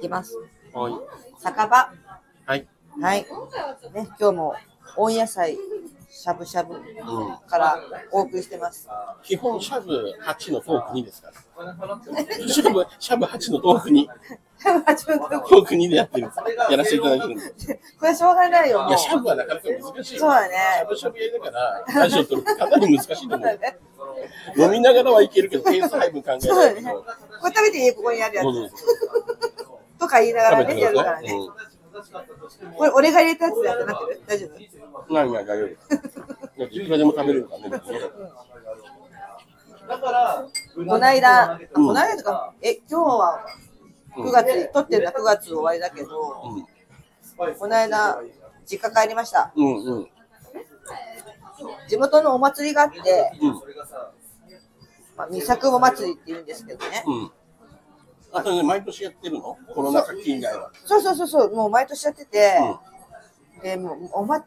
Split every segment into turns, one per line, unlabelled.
きます。
はい。
酒場。
はい。
はい。ね、今日も温野菜しゃぶしゃぶ
うん
からお送りしてます。
基本、シャブ8のトーク2ですから。シャブ、シャブ8のトーク2、
ちょっと
トーク2でやってるんです。やらせていただいてるんです。
これしょうがないよ、
い
もう
や、。シャブはなかなか難しい。
そうだね
しゃぶしゃぶやりながら、ラジオ撮るってかなり難しいと
そう
思
だ
う。
ね。
飲みながらはいけるけど、ペース配分考え
そう
な
だ
い
ね
けど。
これ食べていいここにあるや
どうぞ
つ。とか言いながら
食
ね、
べて
や
く
るか
だ
ら
さい。
ね。
う
これ、俺が入れたやつだよってなってる大丈夫
ん。何が大丈夫です。いくらでも食べれるからね。でもね
だから、
こないだ、
う
こ
ん
ないだとか、え、今日は
うん
9月、撮ってるのは9月終わりだけど、こないだ、実家帰りました。
うんうん
地元のお祭りがあって、
うん
まあ、三作お祭りって言うんですけどね。
うん。あとね、毎年やってるのコロナ禍以外は。
そうそうそう、そうもう毎年やってて、
うん
で、もう、おま、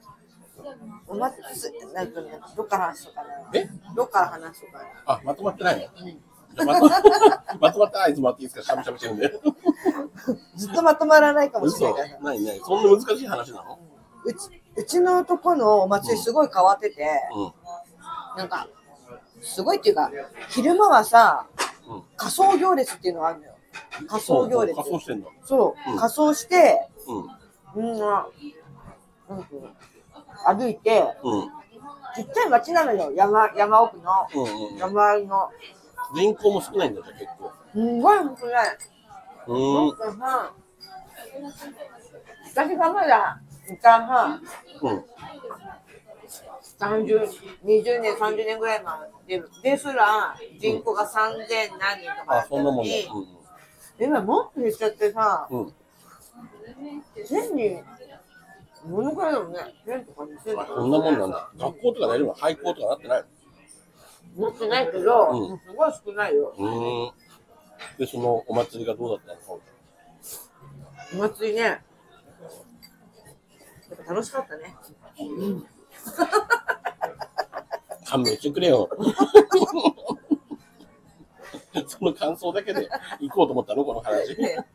お祭り、なんか、どっから話そうかな。
え
どっから話そうかな。
あ、まとまってないのじゃあまとまとまった合図もらっていいですかしゃぶしゃぶしてるんで。
ずっとまとまらないかもしれ
嘘
ないから。
ないない。そんな難しい話なの
うち、うちのとこのお祭りすごい変わってて、
うん。
なんか、すごいっていうか、昼間はさ、
うん
仮装行列っていうのがあるのよ。仮装行列。
仮装してんだ。
そう、
うん
仮装して、
うん。
みんな、なんていうの歩いて、
うん。
ちっちゃい町なのよ、山、山奥の、
うんうん。
山あいの。
人口も少ないんだじゃあ結構。
すごい面白い。
う
なんかさ、私がまだ、いたさ、
ーん。うん。
30、20年、30年ぐらい前で、ですら、人口が3000何人とかだ
あ、
った
そんなも
の
んだ。
に、今もっと減っちゃってさ、
うん。うん。
千人、どのくらいだろうね、千とか二千と
あ
か。
こんなもんなんだ。学校とか大丈夫廃校とかなってない
持ってないけど、
うん
すごい少ないよ。
うーん。で、そのお祭りがどうだったの
お祭りね。やっぱ楽しかったね。
勘弁してくれ よ。その感想だけで行こうと思ったのこの話。
ね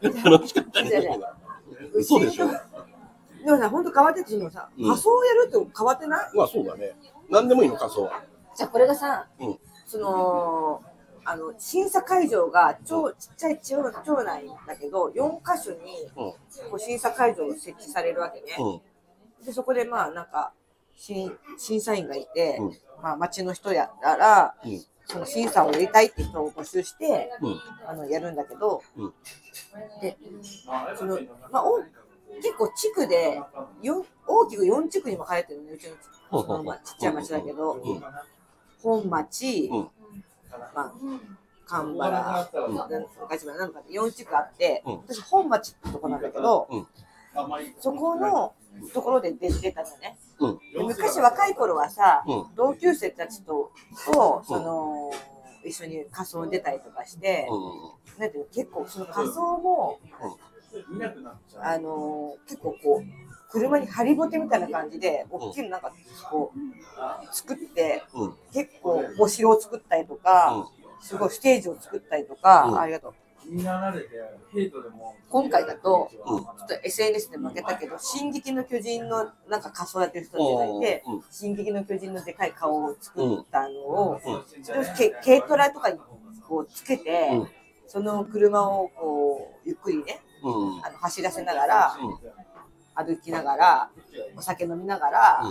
楽しかったんだけど。 嘘でしょ。
でもさ、本当変わってて、もさ、
うん
仮装やるって変わってない。
まあそうだね。何でもいいの仮装は。
じゃあ、これがさ、
うん
その。あの審査会場が超ちっちゃい町町内だけど4か所に
うん。
こう審査会場を設置されるわけね、
うん。
でそこでまあなんか審審査員がいて、
うん
まあ、町の人やったら、
うん
その審査をやりたいって人を募集して
うん。
あのやるんだけど、
うん
でその、まあ、お結構地区でよ大きく4地区に分かれてるねうち
ほう
の
ほうほう
そのまあちっちゃい町だけど、
うん
本町、
うん
まあ、神原、
ん
なんとか島なんとかで4地区あって、
うん
私本町ってとこなんだけど、
うん
そこのところで出てたのね。
うん。
で昔若い頃はさ、
うん
同級生たちととその、一緒に仮装に出たりとかして、
う
なんていうの結構その仮装も、あのー結構こう車にハリボテみたいな感じで大きいのなんかこう作って
ん。うん。
結構お城を作ったりとか、すごいステージを作ったりとか、
うん
ありがとう今回
今回
だ
だ
と
と、
ちょっと SNS で負けたけど「進撃の巨人」のなんか仮装やってる人たちがいて
うん
「進撃の巨人」のでかい顔を作ったのを、
うん
それをけ軽トラとかにこうつけて、
うん
その車をこうゆっくりね
うん。
あの走らせながら
うん
歩きながらお酒飲みながら、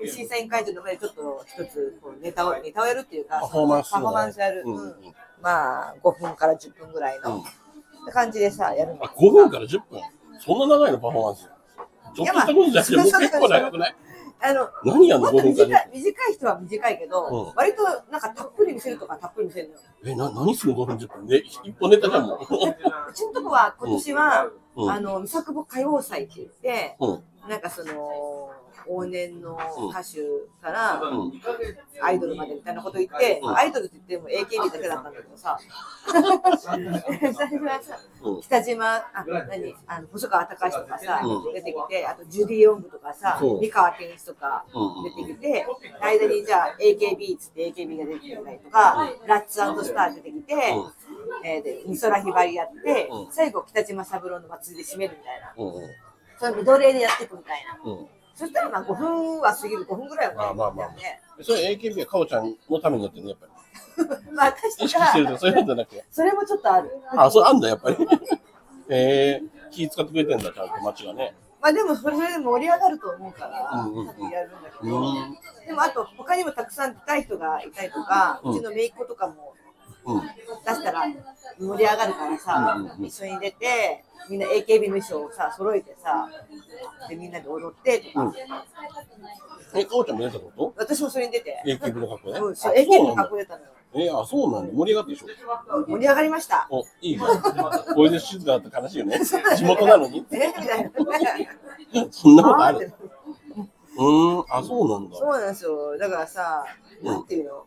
うん
審査員会場の前でちょっと一つこうネタをネタをやるっていうか
パフォーマンスを
パフォーマンスやる、
うん
う
うんん。
まあ5分から10分ぐらいの、
うん
って感じでさやるの
あ、5分から10分。そんな長いのパフォーマンス。ちょっとしたことじゃなくて、もう結構長くない
あの
何やんの
もっ
?5
と短
分から10
い短い人は短いけど、
うん
割となんかたっぷり見せるとかたっぷり見せるのよ
分。え、な、何するの ?5 分10分。ね、一本ネタじゃんもう。
うちのとこは今年は、
うん
あの三作母歌謡祭って言って、
うん。
なんかその往年の歌手から
うん
アイドルまでみたいなこと言って、
うん
アイドルって言っても AKB だけだったんだけどさ最初はさ
うん
北島あ何あの細川隆史とかさ、
うん
出てきてあとジュディ・オングとかさ
そう
美川憲一とか
うん
出てきて間にじゃあ AKB っつって AKB が出てきたりとか、ラッツスター出てきて、えーで美空ひばりやって、
うん
最後北島三郎の祭りで締めるみたいな
うんうん
そのミドレーでやっていくみたいな
うん
そしたらまあ5分は過ぎる5分ぐらいはね
まあまあまあ
やったよね
それ AKB はかおちゃんのためにやってるのやっぱり
まあ私
意
と
識してると
か
かそういうことじゃなくて
それもちょっとある
あそうあんだやっぱり えー、気使ってくれてんだちゃんと街がね
まあでもそれで盛り上がると思うから、
うんうんうん
多分やるんだけ
う
ど、
ん
でもあと他にもたくさん出たい人がいたりとか、
う
うんちの姪っ子とかも
うん
出したら盛り上がるからさ、
うんうんうん
一緒に出てみんな AKB の衣装をさ揃えてさでみんなで踊ってとか、
うんえかおちゃんも出たこと
私もそれに出て、
AKB の格好ね、
うん、そう
あ
AKB
な
の
んだ
格好出たのよ
えー、あそうなんだ盛り上がったでしょ
盛り上がりました
お、いいね。これで静かだと悲しいよね。地元なのに。
えみたいな
そんなことあ
あーっ
る
て。
うーん、あ、そうなんだ。
そうなんですよだからさ
うん
なんていうの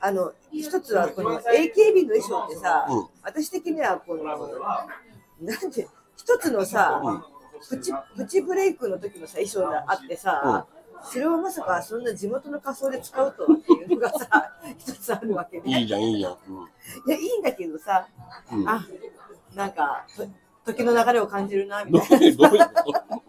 あの一つはこの AKB の衣装ってさ、
うん
私的にはこのなんていうの一つのさ、
うん
プチプチブレイクの時のさ衣装があってさ、それをまさかそんな地元の仮装で使うとはっていうのがさ 一つあるわけね。
いいじゃん、いいじゃん。
いやいいんだけどさ、
うん。うん、
あなんかと時の流れを感じるなみ
ど
たいな
ういう、どういうこと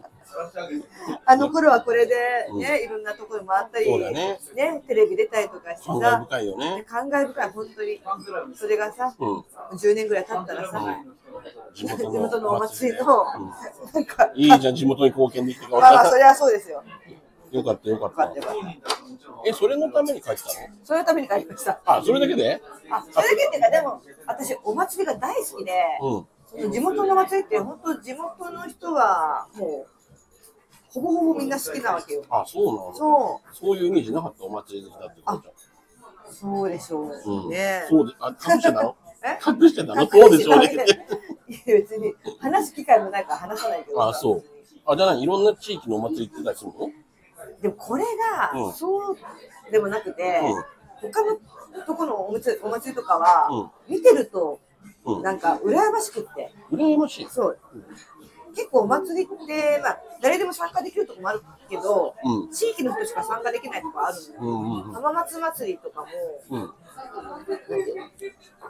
あの頃はこれで
うん
ね、いろんなところ回ったり
そうだね。
ねテレビ出たりとかして
感慨
さ
深いよね。
感慨深い本当にそれがさ
うん。
10年ぐらい経ったらさ、
地
地
元の。
元のお祭りの、なんか
うん。いいじゃん、地元に貢献できて
まあまあそれはそうですよ。
よかった、よか
よかっ
った
よかった
た。え、それのために帰ってたの
そのために帰りました。
あ、それだけで
あそれだけっていうかでも私お祭りが大好きで、
うん。
その地元の祭りって本当地元の人はもうほぼほぼみんな好きなわけよ。
あ、そうなの
そ
そういうイメージなかった、お祭り好きだってこち
うそうでしょ
ゃん。う。
うんね。
そうで、あ、隠してた の
え
隠してたのそうでしょうね。
いや別に話す機会もないから話さないけどさ
あそうあ、じゃあ何いろんな地域のお祭り行ってたりするの
でもこれ
う
が
ん
そうでもなくて、他のとこのお祭りお祭りとかは、見てると
うん。
なんか羨ましくって
うん。羨ましい。
そう結構お祭りって、まあ、誰でも参加できるとこもあるけど
うん。
地域の人しか参加できないとこあるのよ
うんうんうん
浜松祭りとかも
うん。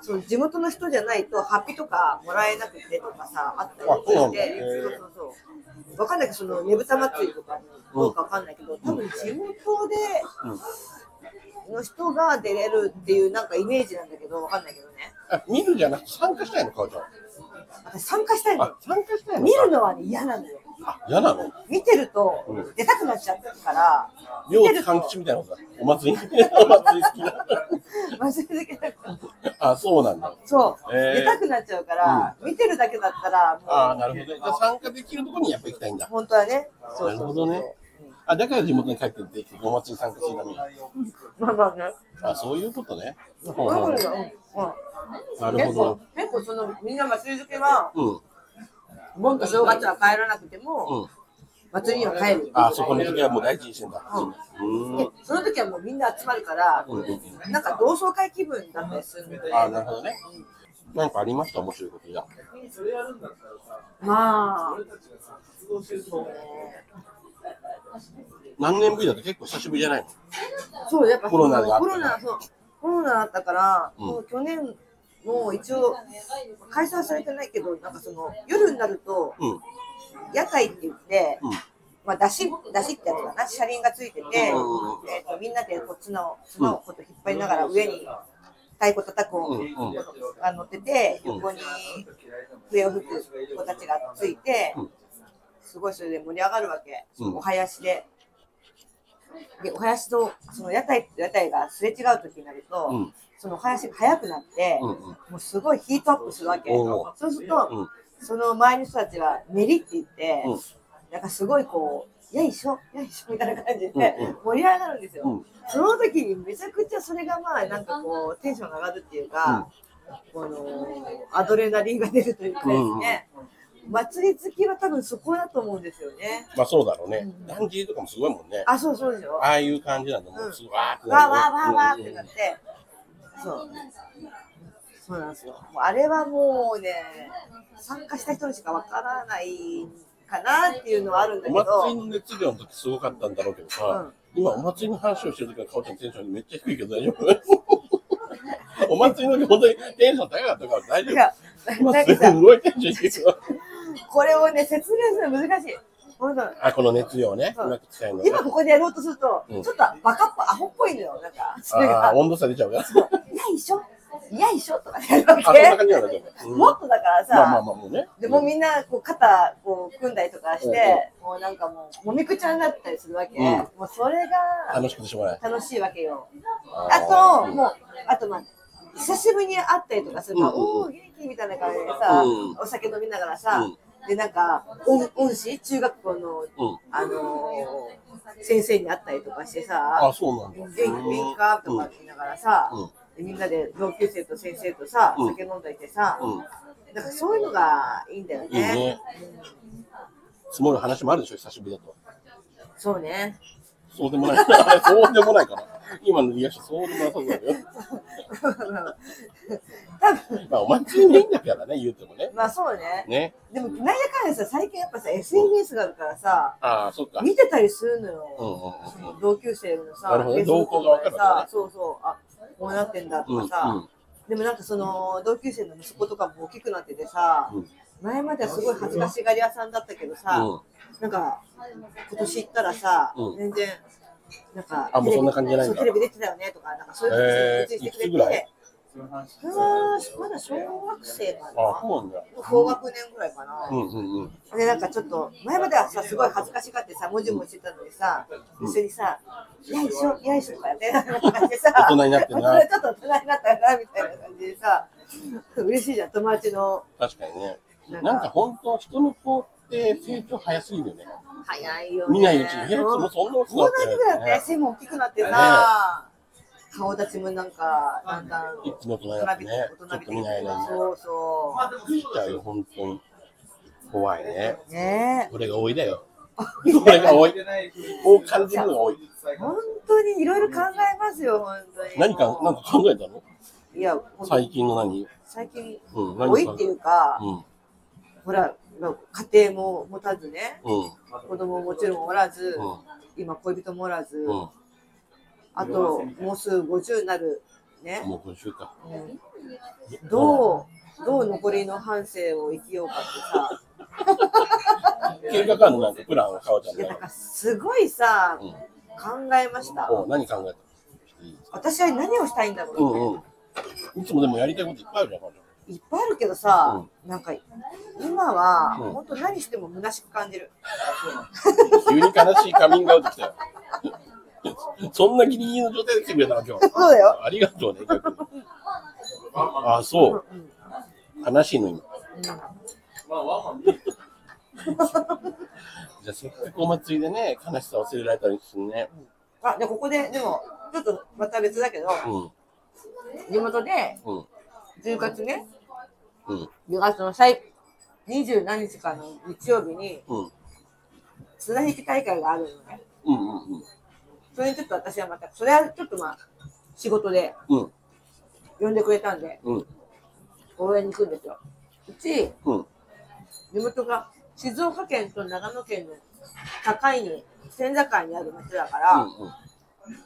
その地元の人じゃないとハッピとかもらえなくてとかさあった
あそ
りし
うなんだへ
て
ー
そうそうそうわかんないけどそのねぶた祭りとかどうかわかんないけど多分地元での人が出れるっていうなんかイメージなんだけどわかんないけどね
あ、見るじゃなくて参加したいのかおちゃん。
私参加したいの
あ、参加したいのか
見るのはね嫌なのよ
あ、嫌なの
見てると
うん
出たくなっちゃうから
両津勘吉みたいなことだ。お祭り。お祭り好きな。
忘れてけなくなる
あ、そうなんだ。
そう、
へー
出たくなっちゃうから、見てるだけだったら
あ
も
なるほど。じゃあ参加できるところにやっぱ行きたいん
う
だ。
本当はねそうそう
なる
そう
ほどね。あ、だから地元に帰ってって、お祭りに参加するために。
まあまあね
あ、そういうことね。ほう
うん
ほう
うん
なる
結
ほ
構
ど。
結構そのみんな祭り好きは
うん。うん。
盆と正月は帰らなくても、祭りには帰る
あ、そこの時はもう大事にしてんだ。うん。
でその時はもうみんな集まるから、
うんうん
なんか同窓会気分だったりするので
あ、なるほどね。なんかありました面白いことじゃ。
まあ
何年ぶりだと結構久しぶりじゃないの
そうやっぱ
コロナがあった
コロナそうコロナあったから、
うん
そう去年も一応開催されてないけどなんかその夜になると
うん。
屋台って言って、
うん
まあ、出し出しってやつかな車輪がついてて、
うん
えー、とみんなでこう綱を綱をこうやって引っ張りながら上に太鼓叩く
うん
を、
うん
が乗ってて
うん
横に笛を吹く子たちがついて、
うん
すごいそれで盛り上がるわけ、
うん
お囃子で。でお囃子とその屋台と屋台がすれ違う時になると、
うん
そのお囃子が速くなって、
うんうん
もうすごいヒートアップするわけ
おう
そうすると、
うん
その周りの人たちは練りって言って、
うん
なんかすごいこうよいしょよいしょみたいな感じで
うんうん
盛り上がるんですよ、
うん
その時にめちゃくちゃそれがまあなんかこうテンションが上がるっていうか、このアドレナリンが出るというかですね、祭り好きは多分そこだと思うんですよね。
まあそうだろうね
う。ん
断じとかもすごいもんね。あ
あ、そうそうですよ。
あいう感じなんだも
うん
ん。すごいわーって
わーわ
な
ーわーわーっ
る
て
ねうん
なって、そう。そうなんですよ。もうあれはもうね、参加した人にしかわからないかなっていうのはあるんだ
お
け
祭り
ど、
の熱量の時すごかったんだろうけ
う
ど
ん
さ、今お祭りの話をしてる時のかおちゃんテンションめっちゃ低いけど大丈 夫お祭りの時本当にテンション高かったから大
い
丈
や、
夫。
な
今
んか
す
さ、
ごいテンション低いけど。
これをね、説明するの難しい。本当
あ、この熱量ね。う
そう
まく使えるのね
今ここでやろうとすると、
うん
ちょっとバカっぽ、アホっぽいのよ。なんか、それ
あ
が
あ、、温度差出ちゃうから。
いやいしょ、いやいしょとかねやるわ
あ、そんな
け。
感じなんだけど。うん
もっとだからさ、
まあまあまあ、もうね。
でもう
うん
みんなこう肩こう組んだりとかして、もうなんかもうもみくちゃになったりするわけ、
うん
もうそれが
楽しくてしょうがない。
楽しいわけよ
ー
あともうあとまあ久しぶりに会ったりとかすると、
うんうん
おおー元気みたいな感じでさ、
うん
お酒飲みながらさ、
うん
でなんか恩恩師中学校の、
うん
あのー先生に会ったりとかしてさ
あ、そうなんだ。
元気元気かとかって言いながらさ、
うん
でみんなで同級生と先生とさ、
うん
酒飲んだりしてさ、
うん。
なんかそういうのがいいんだよ
いいね。積もる話もあるでしょ、久しぶりだと。
そうね。
そうでもない。 そうでもないから。今のリアクション、そうでもなさそうだよ。
多分
まあ、お祭りメインだからね、言うてもね。
まあそうね。
ね。
でも、なんやかんやさ、最近やっぱさ、SNS があるからさ、
ああ、そっか。うん
見てたりするの
うん
よ。そ
うん
の同級生のさ
なる、ほどね
Facebook
動向がわかる
と
から
さ
ね、
そうそう、あこうなってんだと
うん。う
か
ん
さ、でもなんかその、同級生の息子とかも大きくなっててさ、
うん
前まではすごい恥ずかしがり屋さんだったけどさ、
うん。
なんか、今年行ったらさ、
うん
全然、なんか、
あも
テレ
う
ビ
そんな感じじゃないんだ
そうテレビ出てたよねとか、なんかそういう
へ
話
ー
してくれて、
いくつぐらい
それはまだ小学生かな。
あそうなんだ。
高学年ぐらいかな。
うんうんうん。
で、なんかちょっと、前まではさ、すごい恥ずかしがってさ、もじもじしてたのにさ、
うん
一緒にさ、よいしょ、よいしょとかやってなんか感じでさ、
大人になってんな
大人ちょっと大人になったな、みたいな感じでさ、嬉しいじゃん、友達の、
確かにね。
なん
なんか
か、
本当、人の子って成長早すぎるよね。
早いよね。
見ないうちに、え、
も
も
う
うそんな大きく
こうなってくる
な
んだ
ってね
って、。背も大きくなってさ、顔立ちもなんか、だんだん、
一気の大人だってね。ちょっと見ない間に。
そうそ
見ちゃうよ、本当に。怖いね。
う。ねえ。
俺が多いだよ。俺が多い。を感じるのが多い。
本当にいろいろ考えますよ、本当に。
何か、なんか考えたの
いや、本当に
最近の何
最近、
うん、
多
何
いっていうか、
うん、
ほら、家庭も持たずね、
うん、うん、
子供ももちろんおらず、今恋人もおらず、あと、もうすぐ50になる、ね、
もう今週か。
うんどう、どう残りの半生を生きようかって
計画案のなんかプランをかおちゃん
さ、いや、
だ
なんか
よ
すごいさ、
うん
考えました。
おう何考えたのいい
私は何をしたいんだろう
う
って、
んうん。いつもでもやりたいこといっぱいあるじゃん、かおち
いっぱいあるけどさ、なんか、今は、
うん
本当何しても虚しく感じ る。
ゃん急に悲しいカミングアウト来たよ。 そんなギリギリの状態で来てくれたの、今日。
そうだよ。
ありがとうね、逆にあ、そう。
うんうん
悲しいの今。じゃあせっかくお祭りでね、悲しさ忘れられたりするね。
あ、で、ここで、でも、ちょっとまた別だけど、
うん、
地元で
うん、
10月ね、
うん、
10月の最、20何日かの日曜日に
うん、
綱引き大会があるのね。
うん、うん、
それにちょっと私はまた、それはちょっとまあ、仕事で
うん、
呼んでくれたんで、
うん、
応援に行くんですよ。うち、
うん、
地元が静岡県と長野県の境に、県境にある町だから、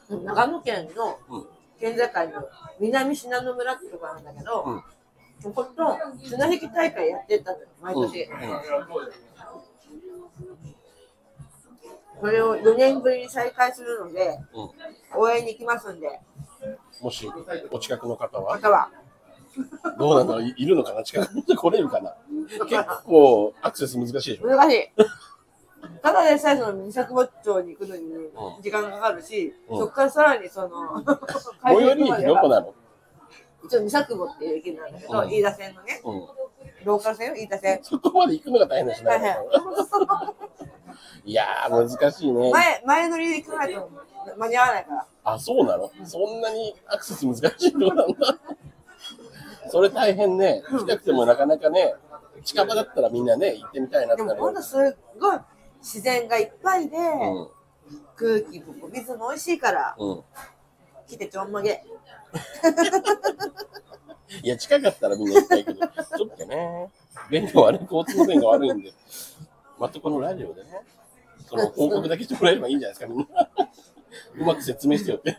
長野県の
うん
県境の南信濃村ってとこなんだけど、
うん
そこと綱引き大会やってたのよ、毎年。これを4年ぶりに再開するので、
うん。
応援に行きますんで、
もし、お近くの方は
ま、たは。
どうなのいいるのかな近くに来れるかな結構、アクセス難しいでしょ
難しい。ただでさえその三作坊町に行くのに時間がかかるし、
うん
そこからさらにその、
最寄り駅どこなの
一応三作坊っていう駅なんだけど、
うん
飯田線のね、
うん。
ローカル線よ、飯田線。
そこまで行くのが大変だしな
大。変。
いやー、難しいね。
前、前乗りで行かないと間に合わないから。
あ、そうなのそんなにアクセス難しいとこなんだ。それ大変ね。来たくてもなかなかね、近場だったらみんなね、行ってみたいなって
で
な
も本
るよね
当すっごい自然がいっぱいで、
うん
空気も水も美味しいから、
うん。
来てちょんまげ。
いや、近かったらみんな行きたいけど、ち ょっとね、便が悪い、交通の便が悪いんで、またこのラジオでね、その報告だけしてもらえればいいんじゃないですか、 みんな。うまく説明してよって。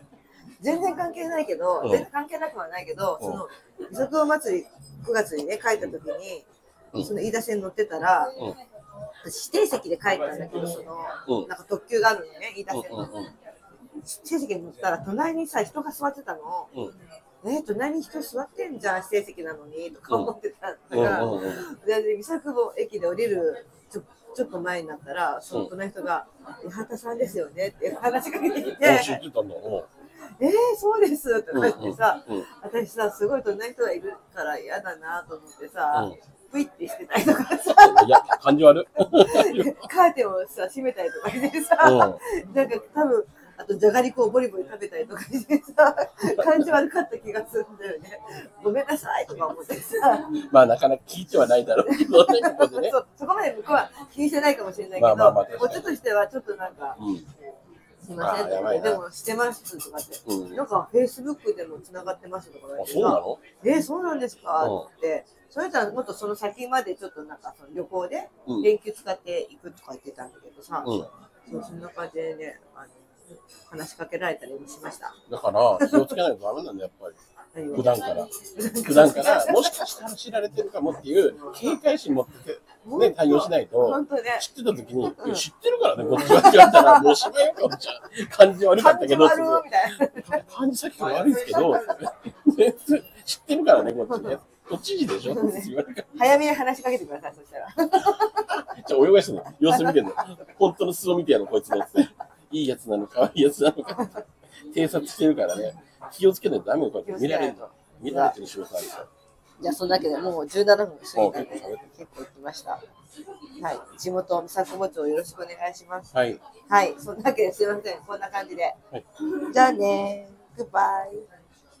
全然関係ないけど、
うん
全然関係なくはないけど、
うん
その、伊佐藤祭り9月にね、書いたときに、
うん
その飯田線乗ってたら、
うん
私指定席で帰ったんだけど、その、
うん
なんか特急があるのね、飯田
う
線
ん
の。
うんうん。
指定席に乗ったら、隣にさ、人が座ってたの。
うん
えー、隣に人座ってんじゃん、指定席なのに、とか思ってたんだか
う
ら、
んうんうん。
で、三作坊駅で降りるちょちょっと前になったら、その
うん
隣の人が、八幡さんですよねって話しかけてきて、
お知ってたんだ。おう
えー、そうですとか言ってさ、
うんうん
私さ、すごい隣の人がいるから嫌だなと思ってさ
うん、
ぷいってしてたりとかさ、
いや、感じ悪い。
カーテンをさ、閉めたりとかしてさ、
うん。
なんか多分、あとじゃがりこをボリボリ食べたりとかしてさ、感じ悪かった気がするんだよね。ごめんなさいとか思ってさ、
まあ、なかなか聞いてはないだろうけどね、ここでね。
そうそこまで向こうは気にしてないかもしれないけど、
まあまあまあ確
こ
かに
っちとしてはちょっとなんか、
うん。
すいません
あーやばいな
でもしてますとかって、
うん
なんかフェイスブックでもつながってますとか言わ
あ、
れて
そうなの
えーそうなんですか
うん
って、それじゃもっとその先までちょっとなんかその旅行で
うん
連休使っていくとか言ってたんだけどさ、
うん
そうそんな感じでねあの、話しかけられたりもしました。
だから、気をつけないとダメなんだ、やっぱり。
何を
普段から。普段から、もしかしたら知られてるかもっていう警戒心持ってて、ね、対応しないと
本。当ね、
知ってた時に、いや知ってるからね、こっちはって言われたら、もうおしまいよ、こっちは。感じ悪かっ
感
た
じ
けど、
悪いみたいな。
感じ先から悪いですけど、全然知ってるからね、こっちね。都知事でしょって言われるから。
早めに話しかけてください、そしたら。
じゃあ泳がしてね、様子見てんの。本当の素を見てやろう、こいつのやつね。いいやつなのか、悪いやつなのか。偵察してるからね、気をつけないとダメよ、こう やって見られるの。見られてる仕事あるから。
じゃあ、そんなわけでもう17分も過ぎたんで
あ結構喋っ、
結構来ました。はい、地元三作町をよろしくお願いします。
はい。
はい、そんなわけですいません、こんな感じで。
はい
じゃあねー、グッバイ。